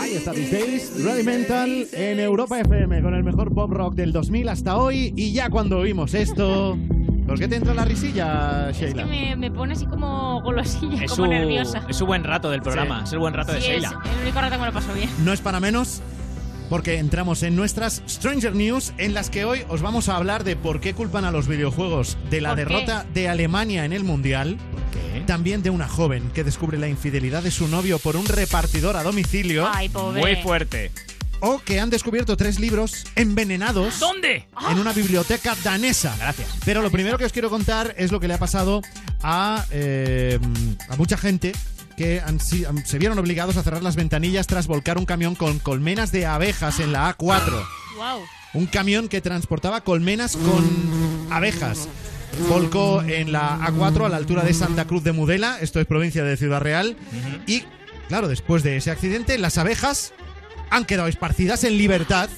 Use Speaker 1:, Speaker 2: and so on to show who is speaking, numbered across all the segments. Speaker 1: Ahí está Disdays, Rudimental en Europa FM con el mejor pop rock del 2000 hasta hoy. Y ya cuando oímos esto. ¿Por qué te entra la risilla,
Speaker 2: Es que
Speaker 1: Sheila?
Speaker 2: me, me pone así como golosilla,
Speaker 3: Es
Speaker 2: como
Speaker 3: su,
Speaker 2: nerviosa.
Speaker 3: es su buen rato del programa, es el buen rato de
Speaker 2: Sí, es
Speaker 3: Sheila.
Speaker 2: el único rato que me lo paso bien.
Speaker 1: No es para menos, porque entramos en nuestras Stranger News, en las que hoy os vamos a hablar de por qué culpan a los videojuegos de la
Speaker 2: ¿Por qué?
Speaker 1: derrota de Alemania en el Mundial. También de una joven que descubre la infidelidad de su novio por un repartidor a domicilio.
Speaker 2: Ay, pobre.
Speaker 3: Muy fuerte.
Speaker 1: O que han descubierto tres libros envenenados
Speaker 3: ¿Dónde?
Speaker 2: Ah.
Speaker 1: en una biblioteca danesa.
Speaker 3: Gracias.
Speaker 1: Pero lo primero que os quiero contar es lo que le ha pasado a, eh, a mucha gente que han si- han- se vieron obligados a cerrar las ventanillas tras volcar un camión con colmenas de abejas en la A4.
Speaker 2: Wow.
Speaker 1: Un camión que transportaba colmenas con abejas. Volcó en la A4 a la altura de Santa Cruz de Mudela, esto es provincia de Ciudad Real, y claro, después de ese accidente, las abejas han quedado esparcidas en libertad.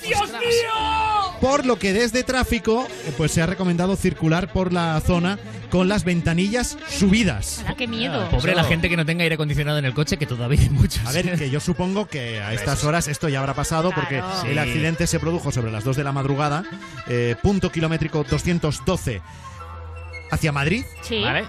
Speaker 1: Por lo que desde tráfico, eh, pues se ha recomendado circular por la zona con las ventanillas subidas.
Speaker 2: Ala, Ah, qué
Speaker 3: Ah,
Speaker 2: miedo.
Speaker 4: Pobre la gente que no tenga aire acondicionado en el coche, que todavía hay muchos.
Speaker 1: A ver, que yo supongo que a estas horas esto ya habrá pasado porque
Speaker 2: Claro.
Speaker 1: el
Speaker 4: Sí.
Speaker 1: accidente se produjo sobre las 2 de la madrugada, eh, punto kilométrico 212 hacia Madrid
Speaker 2: Sí.
Speaker 3: ¿Vale?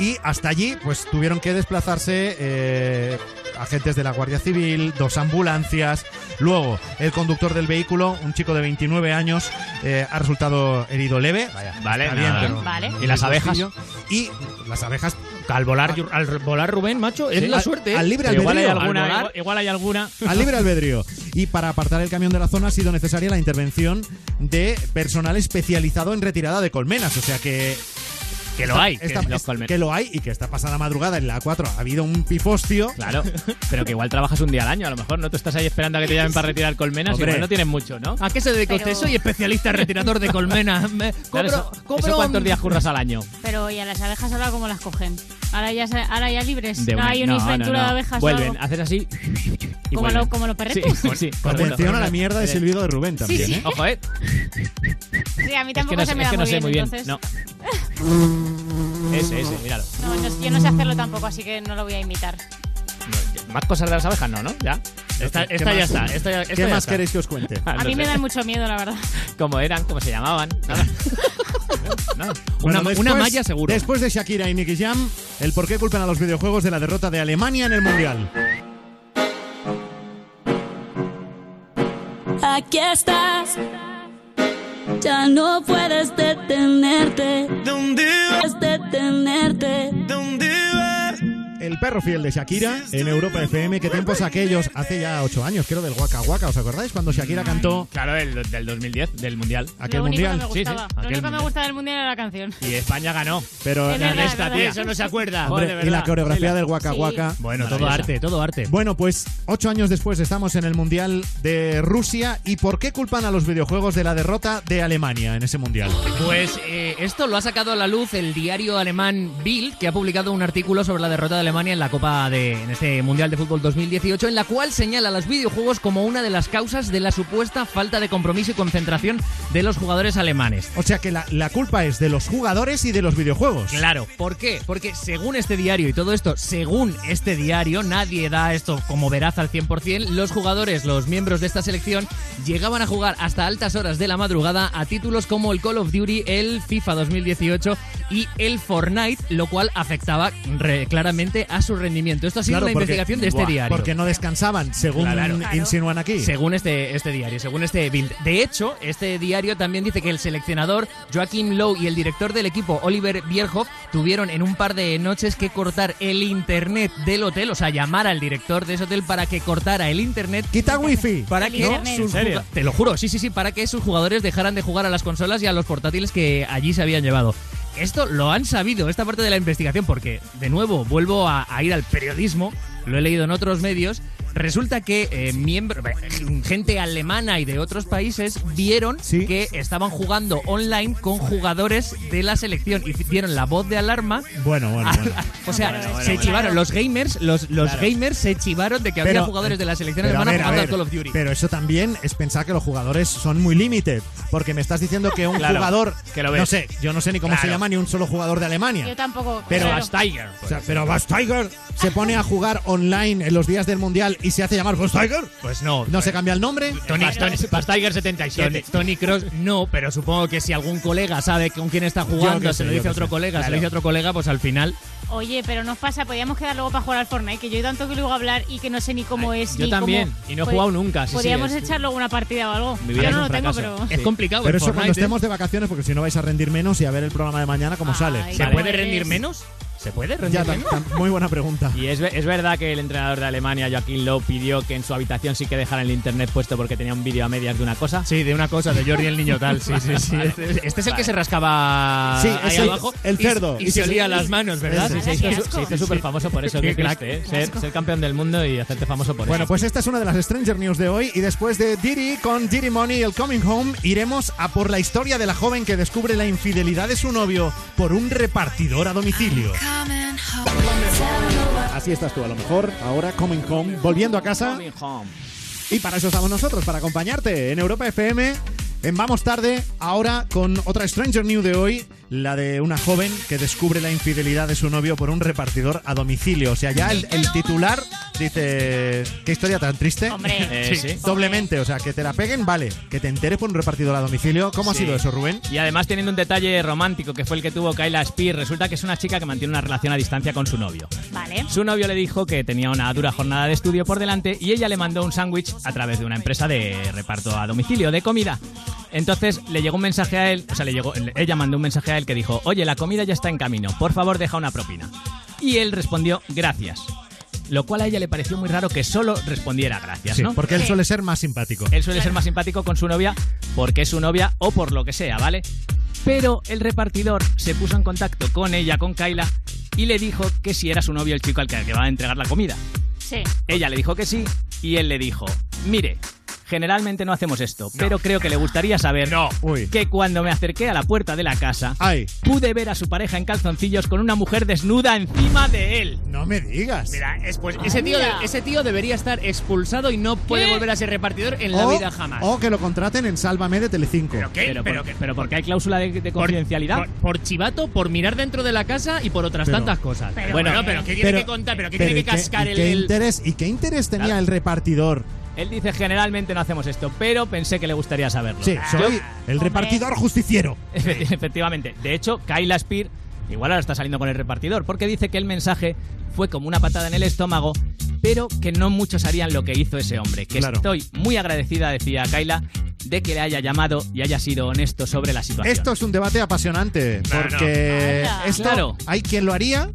Speaker 1: y hasta allí pues tuvieron que desplazarse eh, agentes de la Guardia Civil, dos ambulancias, luego el conductor del vehículo, un chico de 29 años, eh, ha resultado herido leve, Vaya,
Speaker 3: Vale,
Speaker 1: está
Speaker 3: nada.
Speaker 1: bien, pero-
Speaker 2: Vale.
Speaker 3: ¿Y las abejas?
Speaker 1: y las abejas
Speaker 4: Al volar,
Speaker 3: Ah.
Speaker 4: Ru- al volar Rubén, macho, es
Speaker 1: Sí.
Speaker 4: la
Speaker 1: Al-
Speaker 4: suerte. ¿eh?
Speaker 1: al libre
Speaker 4: Pero
Speaker 3: Igual hay,
Speaker 1: albedrío.
Speaker 4: al
Speaker 3: alguna,
Speaker 4: volar-
Speaker 3: igual, igual hay alguna.
Speaker 1: al libre albedrío. Y para apartar el camión de la zona ha sido necesaria la intervención de personal especializado en retirada de colmenas. O sea que.
Speaker 3: Que lo hay.
Speaker 1: esta-
Speaker 3: que, los
Speaker 1: es-
Speaker 3: colmen-
Speaker 1: que lo hay y que esta pasada madrugada en la A4 ha habido un pifostio.
Speaker 3: Claro, pero que igual trabajas un día al año, a lo mejor no te estás ahí esperando a que te llamen para retirar colmenas,
Speaker 4: Hombre.
Speaker 3: igual no tienes mucho, ¿no?
Speaker 4: ¿A qué se dedica
Speaker 2: Pero-
Speaker 4: usted? Soy especialista retirador de colmenas. Me-
Speaker 3: Claro,
Speaker 4: cobro-
Speaker 3: eso-
Speaker 4: cobro
Speaker 3: eso cuántos
Speaker 4: un-
Speaker 3: días curras al año?
Speaker 2: Pero ¿y a las abejas ahora cómo las cogen? Ahora ya, se- ahora ya libres.
Speaker 3: De
Speaker 2: no
Speaker 3: una-
Speaker 2: hay una infraventura
Speaker 3: no,
Speaker 2: de abejas o
Speaker 3: Vuelven,
Speaker 2: algo.
Speaker 3: haces así. y
Speaker 2: Como,
Speaker 3: vuelven.
Speaker 2: lo- como los perretes.
Speaker 3: Sí, sí, correcto.
Speaker 1: Atención a la mierda de
Speaker 4: eh,
Speaker 1: silbido de Rubén también.
Speaker 2: sí.
Speaker 1: ¿eh?
Speaker 3: Ojo, eh.
Speaker 2: Sí, a mí
Speaker 3: Es que
Speaker 2: tampoco
Speaker 3: no,
Speaker 2: se me
Speaker 3: es
Speaker 2: da
Speaker 3: que no
Speaker 2: muy,
Speaker 3: sé
Speaker 2: bien,
Speaker 3: muy bien.
Speaker 2: entonces-
Speaker 3: No. Ese, ese, míralo.
Speaker 2: No, no- yo no sé hacerlo tampoco, así que no lo voy a imitar.
Speaker 3: No, Más cosas de las abejas, no, ¿no? Ya.
Speaker 4: Esta,
Speaker 1: ¿Qué
Speaker 4: esta ya
Speaker 1: más?
Speaker 4: está. Esta ya, esta
Speaker 1: ¿Qué
Speaker 4: ya
Speaker 1: más
Speaker 4: está.
Speaker 1: queréis que os cuente?
Speaker 3: Ah,
Speaker 2: A mí
Speaker 3: no
Speaker 2: me
Speaker 3: sé.
Speaker 2: dan mucho miedo, la verdad.
Speaker 3: Cómo eran, cómo se llamaban. nada. No.
Speaker 1: Bueno,
Speaker 3: Una, una
Speaker 1: después-
Speaker 3: malla seguro.
Speaker 1: Después de este Shakira y Nicky Jam, el por qué culpan a los videojuegos de la derrota de Alemania en el Mundial.
Speaker 5: Aquí estás. Ya no puedes detenerte. Puedes detenerte.
Speaker 1: El perro fiel de Shakira en Europa FM. ¿Qué tiempos aquellos? Hace ya ocho años, creo, del Waka Waka. ¿Os acordáis cuando
Speaker 4: Mm.
Speaker 1: Shakira cantó
Speaker 3: Claro, del, del 2010, del Mundial.
Speaker 1: aquel
Speaker 2: lo único
Speaker 1: Mundial?
Speaker 2: que me
Speaker 3: Sí, sí,
Speaker 2: gustaba, lo
Speaker 3: aquel
Speaker 2: único que me
Speaker 3: mundial.
Speaker 2: gustaba del mundial era la canción.
Speaker 3: Y España ganó.
Speaker 1: Pero
Speaker 2: Es verdad,
Speaker 3: Esta,
Speaker 2: es
Speaker 3: tía,
Speaker 2: verdad.
Speaker 3: eso no se acuerda.
Speaker 1: Hombre,
Speaker 3: Joder, de
Speaker 1: y la
Speaker 3: verdad.
Speaker 1: coreografía del Waka
Speaker 2: Sí.
Speaker 1: Waka.
Speaker 4: Bueno, todo
Speaker 3: Maravillosa.
Speaker 4: arte, todo arte.
Speaker 1: Bueno, pues ocho años después estamos en el Mundial de Rusia. ¿Y por qué culpan a los videojuegos de la derrota de Alemania en ese Mundial?
Speaker 4: Pues eh, esto lo ha sacado a la luz el diario alemán Bild, que ha publicado un artículo sobre la derrota de Alemania en la Copa de en este Mundial de Fútbol 2018, en la cual señala los videojuegos como una de las causas de la supuesta falta de compromiso y concentración de los jugadores alemanes.
Speaker 1: O sea que la, la culpa es de los jugadores y de los videojuegos.
Speaker 4: Claro, ¿por qué? Porque según este diario y todo esto, según este diario, nadie da esto como veraz al 100%, los jugadores, los miembros de esta selección, llegaban a jugar hasta altas horas de la madrugada a títulos como el Call of Duty, el FIFA 2018 y el Fortnite, lo cual afectaba re- claramente a su rendimiento. Esto ha sido
Speaker 1: Claro,
Speaker 4: una
Speaker 1: porque-
Speaker 4: investigación de este
Speaker 1: Buah,
Speaker 4: diario.
Speaker 1: Porque no descansaban, según
Speaker 4: Claro.
Speaker 1: insinúan aquí.
Speaker 4: Según este, este diario, según este build. De hecho, este diario también dice que el seleccionador Joachim Lowe y el director del equipo Oliver Bierhoff tuvieron en un par de noches que cortar el internet del hotel, o sea, llamar al director de ese hotel para que cortara el internet
Speaker 1: Quita wifi.
Speaker 4: para
Speaker 2: El
Speaker 4: que
Speaker 2: internet.
Speaker 4: sus
Speaker 3: ¿En serio?
Speaker 4: juga- te lo juro, sí, sí, sí, para que sus jugadores dejaran de jugar a las consolas y a los portátiles que allí se habían llevado. Esto lo han sabido, esta parte de la investigación, porque, de nuevo, vuelvo a, a ir al periodismo, lo he leído en otros medios. Resulta que eh, miembro- eh, gente alemana y de otros países vieron
Speaker 1: Sí.
Speaker 4: que estaban jugando online con jugadores de la selección y dieron la voz de alarma.
Speaker 1: Bueno, bueno, bueno.
Speaker 4: o sea,
Speaker 3: Bueno, bueno,
Speaker 4: se
Speaker 3: bueno.
Speaker 4: chivaron los gamers, los, los gamers se chivaron de que había
Speaker 1: Pero-
Speaker 4: jugadores de la selección
Speaker 1: Pero, a
Speaker 4: alemana
Speaker 1: ver, a
Speaker 4: jugando al
Speaker 1: ver,
Speaker 4: Call of Duty.
Speaker 1: pero eso también es pensar que los jugadores son muy límites. Porque me estás diciendo que un
Speaker 3: Claro,
Speaker 1: jugador.
Speaker 3: que lo ves.
Speaker 1: no sé, yo no sé ni cómo se
Speaker 3: Claro.
Speaker 1: llama ni un solo jugador de
Speaker 2: Yo
Speaker 1: Alemania.
Speaker 2: tampoco.
Speaker 1: Pero
Speaker 2: claro.
Speaker 3: Las Tiger.
Speaker 1: O sea, pero Bas Tiger se pone a jugar online en los días del mundial y y se hace llamar Boss Tiger.
Speaker 4: Pues no.
Speaker 1: No se cambia el nombre.
Speaker 4: Tony,
Speaker 3: Bast-
Speaker 4: Tony,
Speaker 3: Bast Tiger
Speaker 4: Tony,
Speaker 3: 77.
Speaker 4: Tony Cross no, pero supongo que si algún colega sabe con quién está jugando,
Speaker 1: qué sé,
Speaker 4: se lo
Speaker 1: yo
Speaker 4: dice
Speaker 1: qué
Speaker 4: a otro
Speaker 1: sé.
Speaker 4: colega, se
Speaker 3: Claro.
Speaker 4: lo dice a otro colega, pues al final.
Speaker 2: Oye, pero nos pasa, podíamos quedar luego para jugar al Fortnite, que yo tanto que luego hablar y que no sé ni cómo es.
Speaker 3: yo
Speaker 2: ni cómo-
Speaker 3: también, y no he
Speaker 2: Pod-
Speaker 3: jugado nunca, sí, sí,
Speaker 2: podríamos
Speaker 3: es-
Speaker 2: echar luego una partida o algo.
Speaker 3: Mi vida
Speaker 2: Yo
Speaker 3: es
Speaker 2: no
Speaker 3: un
Speaker 2: lo tengo,
Speaker 3: fracaso.
Speaker 2: pero.
Speaker 4: Es
Speaker 3: Sí.
Speaker 4: complicado.
Speaker 1: Pero
Speaker 4: el
Speaker 1: eso cuando
Speaker 4: Fortnite, ¿eh?
Speaker 1: estemos de vacaciones, porque si no vais a rendir menos y a ver el programa de mañana cómo
Speaker 2: Ay,
Speaker 1: sale.
Speaker 4: ¿Se
Speaker 2: Vale.
Speaker 4: puede rendir menos? ¿Se puede rendir
Speaker 1: Ya, tan-
Speaker 4: menos?
Speaker 1: tan- muy buena pregunta.
Speaker 3: Y es, ve- es verdad que el entrenador de Alemania, Joaquín Lowe, pidió que en su habitación sí que dejara el internet puesto porque tenía un vídeo a medias de una cosa.
Speaker 4: Sí, de una cosa, de Jordi el niño tal. Sí, sí, sí. Este, este es el que se rascaba
Speaker 1: Sí,
Speaker 4: ahí
Speaker 1: ese-
Speaker 4: abajo.
Speaker 1: el
Speaker 4: y-
Speaker 1: cerdo. Y
Speaker 4: Y, se
Speaker 1: se-
Speaker 4: olía las manos, ¿verdad?
Speaker 1: ese.
Speaker 3: Se
Speaker 2: Ala,
Speaker 3: hizo
Speaker 2: qué
Speaker 3: su-
Speaker 2: asco.
Speaker 3: se hizo súper famoso por eso,
Speaker 4: Qué
Speaker 3: qué
Speaker 4: crack.
Speaker 3: triste, ¿eh? Ser, ser campeón del mundo y hacerte famoso por
Speaker 1: Bueno,
Speaker 3: eso.
Speaker 1: pues esta es una de las Stranger News de hoy. Y después de Diddy con Diddy Money y el Coming Home, iremos a por la historia de la joven que descubre la infidelidad de su novio por un repartidor a domicilio. Así estás tú, a lo mejor. Ahora Coming Home, volviendo a casa. Y para eso estamos nosotros, para acompañarte en Europa FM. En Vamos Tarde, ahora con otra Stranger New de hoy, la de una joven que descubre la infidelidad de su novio por un repartidor a domicilio. O sea, ya el, el titular dice, qué historia tan triste.
Speaker 2: Hombre.
Speaker 3: Eh, sí.
Speaker 1: Doblemente, o sea, que te la peguen, vale. Que te enteres por un repartidor a domicilio. ¿Cómo
Speaker 3: Sí.
Speaker 1: ha sido eso, Rubén?
Speaker 3: Y además teniendo un detalle romántico que fue el que tuvo Kyla Spear, resulta que es una chica que mantiene una relación a distancia con su novio.
Speaker 2: Vale.
Speaker 3: Su novio le dijo que tenía una dura jornada de estudio por delante y ella le mandó un sándwich a través de una empresa de reparto a domicilio de comida. Entonces le llegó un mensaje a él, o sea, le llegó, ella mandó un mensaje a él que dijo, oye, la comida ya está en camino, por favor deja una propina. Y él respondió, gracias. Lo cual a ella le pareció muy raro que solo respondiera gracias,
Speaker 1: Sí,
Speaker 3: ¿no?
Speaker 1: porque él
Speaker 2: Sí.
Speaker 1: suele ser más simpático.
Speaker 3: Él suele ser más simpático con su novia porque es su novia o por lo que sea, ¿vale? Pero el repartidor se puso en contacto con ella, con Kyla, y le dijo que si era su novio el chico al que le va a entregar la comida.
Speaker 2: Sí.
Speaker 3: Ella le dijo que sí y él le dijo, mire, generalmente no hacemos esto, pero creo que le gustaría saber
Speaker 4: No.
Speaker 1: Uy.
Speaker 3: que cuando me acerqué a la puerta de la casa,
Speaker 1: Ay,
Speaker 3: pude ver a su pareja en calzoncillos con una mujer desnuda encima de él.
Speaker 1: no me digas.
Speaker 4: Mira, es- pues ese tío, de- ese tío debería estar expulsado y no puede
Speaker 2: ¿Qué?
Speaker 4: volver a ser repartidor en la
Speaker 1: o,
Speaker 4: vida jamás.
Speaker 1: o que lo contraten en Sálvame de Telecinco.
Speaker 4: ¿Pero qué?
Speaker 3: Pero,
Speaker 4: ¿Pero
Speaker 3: por-
Speaker 4: qué?
Speaker 3: pero porque hay cláusula de, de confidencialidad.
Speaker 4: Por, por chivato, por mirar dentro de la casa y por otras
Speaker 1: Pero-
Speaker 4: tantas cosas.
Speaker 2: pero-
Speaker 4: bueno,
Speaker 2: Pero-
Speaker 4: pero ¿qué tiene
Speaker 1: Pero-
Speaker 4: que contar? ¿Pero qué
Speaker 1: pero
Speaker 4: tiene
Speaker 1: ¿y
Speaker 4: que cascar
Speaker 1: y
Speaker 4: el,
Speaker 1: qué
Speaker 4: el-
Speaker 1: interés ¿Y qué interés tenía
Speaker 3: Claro.
Speaker 1: el repartidor?
Speaker 3: Él dice, generalmente no hacemos esto, pero pensé que le gustaría saberlo.
Speaker 1: Sí, soy el
Speaker 2: hombre.
Speaker 1: repartidor justiciero.
Speaker 3: Efecti- Efectivamente. De hecho, Kyla Spear igual ahora está saliendo con el repartidor porque dice que el mensaje fue como una patada en el estómago, pero que no muchos harían lo que hizo ese hombre. Que
Speaker 1: Claro.
Speaker 3: estoy muy agradecida, decía Kyla, de que le haya llamado y haya sido honesto sobre la situación.
Speaker 1: Esto es un debate apasionante
Speaker 4: Claro.
Speaker 1: porque
Speaker 2: Anda.
Speaker 1: esto
Speaker 3: Claro.
Speaker 1: hay quien lo haría,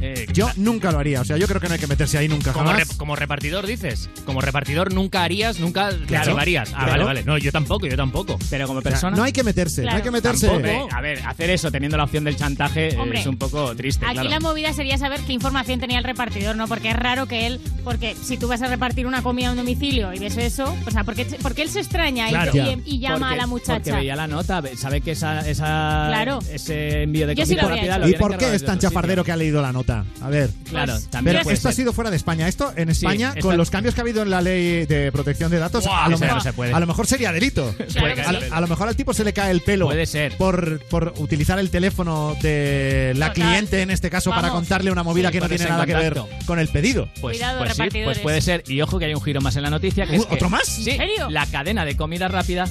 Speaker 3: Eh,
Speaker 1: yo nunca lo haría. O sea, yo creo que no hay que meterse ahí nunca
Speaker 4: Como,
Speaker 1: jamás.
Speaker 4: rep- como repartidor dices, como repartidor nunca harías, nunca te
Speaker 1: Claro.
Speaker 4: chivarías. Ah,
Speaker 1: Claro.
Speaker 4: vale, vale. No, yo tampoco, yo tampoco.
Speaker 3: Pero como
Speaker 1: O sea,
Speaker 3: persona...
Speaker 1: no hay que meterse, no hay que
Speaker 2: Claro.
Speaker 1: meterse.
Speaker 3: Hombre, a ver, hacer eso teniendo la opción del chantaje eh,
Speaker 2: Hombre,
Speaker 3: es un poco triste,
Speaker 2: Aquí
Speaker 3: claro.
Speaker 2: la movida sería saber qué información tenía el repartidor, ¿no? Porque es raro que él, porque si tú vas a repartir una comida a un domicilio y ves eso, o sea, porque, porque él se extraña y-
Speaker 1: Claro.
Speaker 2: y,
Speaker 1: Ya.
Speaker 2: y llama
Speaker 3: Porque-
Speaker 2: a la
Speaker 3: Porque
Speaker 2: muchacha.
Speaker 3: veía la nota, ve- sabe que esa, esa-
Speaker 2: Claro.
Speaker 3: ese envío de
Speaker 2: Yo sí
Speaker 3: comida
Speaker 2: lo habría
Speaker 3: rápida
Speaker 2: hecho.
Speaker 3: lo
Speaker 1: ¿Y
Speaker 3: habían
Speaker 1: por qué
Speaker 3: cargado
Speaker 1: es
Speaker 3: desde
Speaker 1: tan
Speaker 3: otro
Speaker 1: chafardero
Speaker 3: sitio.
Speaker 1: que ha leído la nota? A ver.
Speaker 3: Claro,
Speaker 2: Pues,
Speaker 3: también
Speaker 2: mira,
Speaker 1: Pero
Speaker 3: puede
Speaker 1: esto ha
Speaker 3: ser.
Speaker 1: sido fuera de España. Esto en España,
Speaker 3: esta-
Speaker 1: con los cambios que ha habido en la ley de protección de datos,
Speaker 4: Buah,
Speaker 1: a, lo
Speaker 4: o sea,
Speaker 1: mejor,
Speaker 4: no se puede.
Speaker 1: a lo mejor sería delito.
Speaker 2: Claro que
Speaker 1: A,
Speaker 2: sí.
Speaker 1: a lo mejor al tipo se le cae el pelo
Speaker 3: Puede ser.
Speaker 1: Por, por utilizar el teléfono de la
Speaker 2: Total.
Speaker 1: cliente, en este caso, para
Speaker 2: Vamos.
Speaker 1: contarle una movida
Speaker 3: Sí,
Speaker 1: que no
Speaker 3: ponerse
Speaker 1: tiene
Speaker 3: en
Speaker 1: nada que ver
Speaker 3: contacto.
Speaker 1: con el pedido.
Speaker 3: Pues,
Speaker 2: Cuidado,
Speaker 3: pues sí, pues
Speaker 2: repartidores.
Speaker 3: puede ser. Y ojo que hay un giro más en la noticia que es
Speaker 1: Uh,
Speaker 3: que-
Speaker 1: ¿Otro más?
Speaker 3: Sí,
Speaker 2: ¿En serio?
Speaker 3: la cadena de comida rápida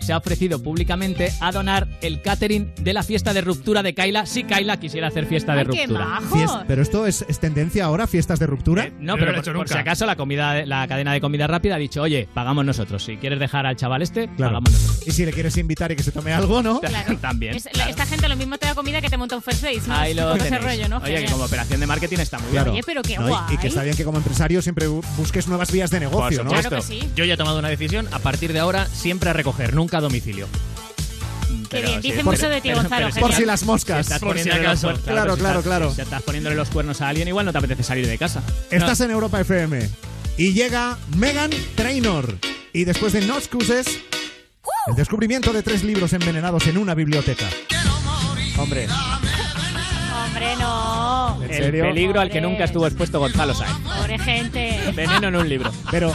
Speaker 3: se ha ofrecido públicamente a donar el catering de la fiesta de ruptura de Kaila si Kaila quisiera hacer fiesta de
Speaker 2: Ay, qué
Speaker 3: ruptura.
Speaker 2: majo.
Speaker 1: Fies- pero esto es, es tendencia ahora, fiestas de ruptura.
Speaker 3: Eh, No,
Speaker 4: Yo no
Speaker 3: pero
Speaker 4: lo he
Speaker 3: por,
Speaker 4: hecho
Speaker 3: por
Speaker 4: nunca.
Speaker 3: si acaso la comida, la cadena de comida rápida ha dicho, oye, pagamos nosotros. Si quieres dejar al chaval este,
Speaker 1: Claro.
Speaker 3: pagamos nosotros.
Speaker 1: Y si le quieres invitar y que se tome algo, ¿no?
Speaker 2: Claro.
Speaker 3: También.
Speaker 2: Es- la- Esta gente lo mismo te da comida que te monta un first date, ¿no?
Speaker 3: Ahí lo
Speaker 2: Todo ese
Speaker 3: tenéis.
Speaker 2: rollo, ¿no?
Speaker 3: Oye, que
Speaker 2: Genial.
Speaker 3: como operación de marketing está muy
Speaker 1: Claro.
Speaker 2: Oye, pero qué
Speaker 1: Y- Y,
Speaker 2: guay.
Speaker 1: que está bien que como empresario siempre bu- busques nuevas vías de negocio, ¿no?
Speaker 2: Claro que sí.
Speaker 4: Yo ya he tomado una decisión, a partir de ahora siempre a recoger, nunca a domicilio.
Speaker 3: bien.
Speaker 2: Qué
Speaker 3: Pero
Speaker 2: bien,
Speaker 3: si
Speaker 2: dice
Speaker 3: es-
Speaker 2: mucho
Speaker 3: pero-
Speaker 2: de ti,
Speaker 3: pero-
Speaker 2: Gonzalo,
Speaker 3: pero si
Speaker 1: Por
Speaker 2: genial.
Speaker 1: si las moscas.
Speaker 3: estás
Speaker 4: Por si
Speaker 3: poniéndole los
Speaker 4: acaso.
Speaker 3: cuernos-
Speaker 1: Claro,
Speaker 3: si
Speaker 1: claro,
Speaker 3: estás-
Speaker 1: claro.
Speaker 3: Si estás poniéndole los cuernos a alguien, igual no te apetece salir de casa.
Speaker 1: Estás en Europa FM y llega Megan Trainor. Y después de No Excuses, el descubrimiento de tres libros envenenados en una biblioteca. Hombre,
Speaker 2: Hombre, no.
Speaker 1: ¿en
Speaker 3: El
Speaker 1: serio?
Speaker 3: peligro al que
Speaker 2: Hombre.
Speaker 3: nunca estuvo expuesto Gonzalo Sáenz.
Speaker 2: Pobre gente.
Speaker 3: Veneno en un libro.
Speaker 1: Pero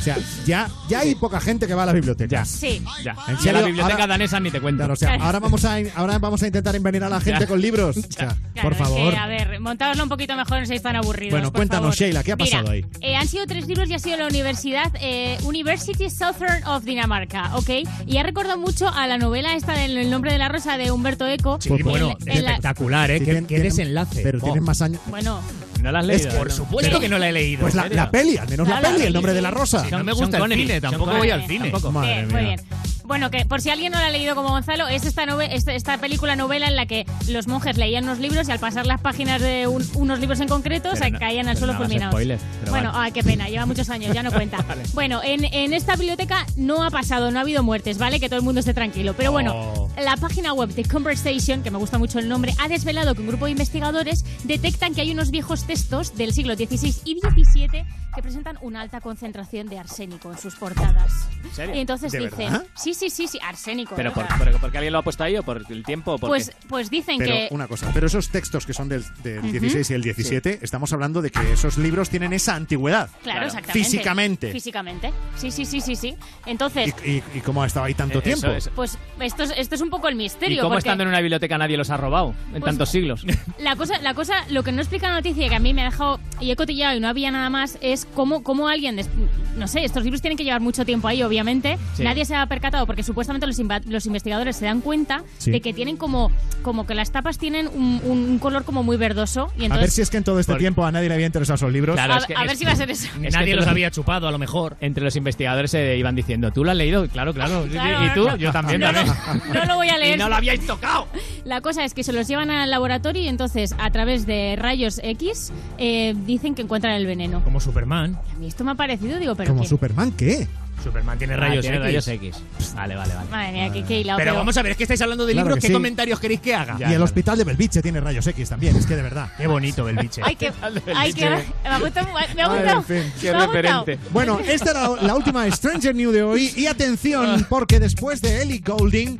Speaker 1: O sea, ya, ya hay poca gente que va a la biblioteca.
Speaker 3: Ya.
Speaker 2: Sí.
Speaker 3: Ya.
Speaker 1: ¿En
Speaker 3: Y a
Speaker 1: serio?
Speaker 3: la biblioteca
Speaker 1: Ahora-
Speaker 3: danesa ni te cuento.
Speaker 1: Claro, o sea, ahora vamos a, ahora vamos a intentar envenenar a la gente
Speaker 3: Ya.
Speaker 1: con libros. O sea,
Speaker 2: Claro,
Speaker 1: por
Speaker 2: es que,
Speaker 1: favor.
Speaker 2: a ver, montadoslo un poquito mejor, no seáis tan aburridos.
Speaker 1: Bueno,
Speaker 2: por
Speaker 1: cuéntanos,
Speaker 2: favor.
Speaker 1: Sheila, ¿qué ha pasado
Speaker 2: Mira,
Speaker 1: ahí?
Speaker 2: eh, han sido tres libros y ha sido la Universidad eh, University Southern of Dinamarca, ¿ok? Y ha recordado mucho a la novela esta del El nombre de la rosa de Humberto Eco.
Speaker 4: Sí,
Speaker 1: Por-
Speaker 4: Pues, bueno,
Speaker 2: en la-
Speaker 4: es
Speaker 2: en la-
Speaker 4: espectacular, ¿eh?
Speaker 1: Sí,
Speaker 4: Qué-
Speaker 1: tienen-
Speaker 4: qué
Speaker 1: tienen-
Speaker 4: desenlace.
Speaker 1: Pero
Speaker 4: Oh.
Speaker 1: tienen más años.
Speaker 2: Bueno,
Speaker 3: ¿No la has
Speaker 1: Es
Speaker 3: leído?
Speaker 1: que-
Speaker 3: ¿no?
Speaker 4: Por supuesto
Speaker 3: Pero-
Speaker 4: que no la he leído.
Speaker 1: Pues la,
Speaker 3: serio?
Speaker 1: la peli, al menos la
Speaker 2: Claro.
Speaker 1: peli, el nombre de la rosa.
Speaker 4: no me
Speaker 3: Sean
Speaker 4: gusta el
Speaker 3: Connery,
Speaker 4: cine,
Speaker 3: Sean
Speaker 4: tampoco
Speaker 3: Connery.
Speaker 4: voy al cine.
Speaker 1: Tampoco. Madre
Speaker 2: bien,
Speaker 1: mía.
Speaker 2: muy bien. Bueno, que por si alguien no la ha leído como Gonzalo, es esta, nove- esta, esta película novela en la que los monjes leían unos libros y al pasar las páginas de un- unos libros en concreto
Speaker 3: Pero
Speaker 2: se
Speaker 3: no-
Speaker 2: caían al
Speaker 3: pero
Speaker 2: suelo
Speaker 3: no hagas
Speaker 2: fulminados.
Speaker 3: spoilers, pero
Speaker 2: bueno,
Speaker 3: vale.
Speaker 2: ay, qué pena, lleva muchos años, ya no cuenta. Bueno, en, en esta biblioteca no ha pasado, no ha habido muertes, ¿vale? Que todo el mundo esté tranquilo. Pero bueno,
Speaker 3: Oh.
Speaker 2: la página web de Conversation, que me gusta mucho el nombre, ha desvelado que un grupo de investigadores detectan que hay unos viejos textos del siglo XVI y XVII que presentan una alta concentración de arsénico en sus portadas.
Speaker 3: ¿En serio?
Speaker 2: Y entonces
Speaker 1: ¿De
Speaker 2: dicen,
Speaker 1: verdad?
Speaker 2: sí, sí, sí, sí, arsénico.
Speaker 3: ¿Pero
Speaker 2: ¿no?
Speaker 3: por,
Speaker 2: O sea,
Speaker 3: por- porque alguien lo ha puesto ahí o por el tiempo? o por
Speaker 2: pues,
Speaker 3: qué?
Speaker 2: pues dicen
Speaker 1: Pero
Speaker 2: que...
Speaker 1: una cosa, pero esos textos que son del, del 16 y el 17, estamos hablando de que esos libros tienen esa antigüedad.
Speaker 2: Claro,
Speaker 3: claro,
Speaker 2: exactamente.
Speaker 1: físicamente.
Speaker 2: Físicamente. Sí, sí, sí, sí, sí. Entonces,
Speaker 1: ¿Y, y, y cómo ha estado ahí tanto
Speaker 3: Eh,
Speaker 1: tiempo?
Speaker 3: eso, eso.
Speaker 2: pues esto es, esto es un poco el misterio.
Speaker 3: ¿Y cómo
Speaker 2: porque
Speaker 3: estando en una biblioteca nadie los ha robado en
Speaker 2: Pues-
Speaker 3: tantos siglos?
Speaker 2: La cosa, la cosa, lo que no explica la noticia que a mí me ha dejado y he cotillado y no había nada más es cómo, cómo alguien, des- no sé, estos libros tienen que llevar mucho tiempo ahí, obviamente.
Speaker 3: Sí.
Speaker 2: Nadie se ha percatado porque supuestamente los, inva- los investigadores se dan cuenta
Speaker 1: Sí.
Speaker 2: de que tienen como, como que las tapas tienen un, un color como muy verdoso y
Speaker 1: a
Speaker 2: entonces
Speaker 1: ver si es que en todo este
Speaker 3: Por-
Speaker 1: tiempo a nadie le había interesado esos libros.
Speaker 3: Claro,
Speaker 2: a,
Speaker 3: es que-
Speaker 2: a ver
Speaker 3: es-
Speaker 2: si va a ser eso.
Speaker 3: Es que Eh.
Speaker 4: Nadie los
Speaker 3: todo-
Speaker 4: había chupado, a lo mejor.
Speaker 3: Entre los investigadores se iban diciendo, ¿tú lo has leído? Claro, claro.
Speaker 2: Claro,
Speaker 3: ¿Y tú?
Speaker 2: no.
Speaker 3: Yo también.
Speaker 2: No,
Speaker 3: también.
Speaker 2: no, no lo voy a leer.
Speaker 3: Y no lo habíais tocado.
Speaker 2: La cosa es que se los llevan al laboratorio y entonces a través de rayos X eh, dicen que encuentran el veneno.
Speaker 4: Como Superman.
Speaker 2: A mí esto me ha parecido, digo, pero
Speaker 1: Como
Speaker 2: ¿qué?
Speaker 1: Superman, ¿qué?
Speaker 4: Superman tiene
Speaker 3: Ah,
Speaker 4: rayos,
Speaker 3: tiene
Speaker 4: X.
Speaker 3: rayos X. Vale, vale, vale.
Speaker 2: Madre mía, qué, qué hilado.
Speaker 4: Pero vamos a ver, es que estáis hablando de
Speaker 1: Claro
Speaker 4: libros.
Speaker 1: que
Speaker 4: ¿Qué
Speaker 1: sí.
Speaker 4: comentarios queréis que haga?
Speaker 1: y el hospital de Belviche tiene rayos X también, es que de verdad.
Speaker 4: Qué bonito, Belviche.
Speaker 2: Ay, que, ay, que, me ha gustado. Me ha
Speaker 1: Ay,
Speaker 2: gustado.
Speaker 1: Ah, en fin,
Speaker 2: me
Speaker 3: qué
Speaker 2: ha gustado.
Speaker 3: referente.
Speaker 1: Bueno, esta era la, la última Stranger New de hoy. Y atención, porque después de Ellie Golding.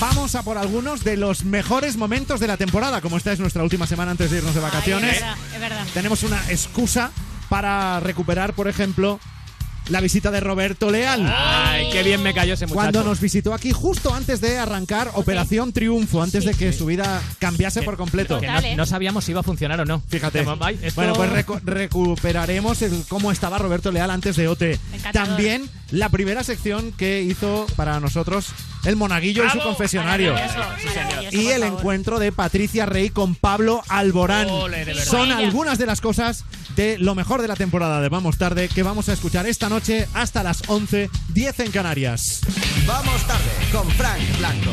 Speaker 1: Vamos a por algunos de los mejores momentos de la temporada, como esta es nuestra última semana antes de irnos de
Speaker 2: Ay,
Speaker 1: vacaciones.
Speaker 2: es verdad, es verdad.
Speaker 1: tenemos una excusa para recuperar, por ejemplo, la visita de Roberto Leal.
Speaker 3: Ay, qué bien me cayó ese muchacho.
Speaker 1: Cuando nos visitó aquí justo antes de arrancar Operación Triunfo, antes de que su vida cambiase por completo.
Speaker 3: Que
Speaker 2: Total,
Speaker 3: no,
Speaker 2: ¿eh?
Speaker 3: no sabíamos si iba a funcionar o no.
Speaker 1: Fíjate.
Speaker 3: Como, "Ay, esto-
Speaker 1: Bueno, pues recu- recuperaremos el cómo estaba Roberto Leal antes de OT.
Speaker 2: Encantador.
Speaker 1: También la primera sección que hizo para nosotros el monaguillo y su confesionario.
Speaker 2: Maravilloso, maravilloso,
Speaker 1: Y
Speaker 2: por
Speaker 1: el
Speaker 2: favor.
Speaker 1: encuentro de Patricia Rey con Pablo Alborán.
Speaker 4: Ole, de verdad.
Speaker 1: Son
Speaker 2: Ella.
Speaker 1: algunas de las cosas de lo mejor de la temporada de Vamos Tarde que vamos a escuchar esta noche hasta las 11, 10 en Canarias.
Speaker 6: Vamos tarde con Frank Blanco.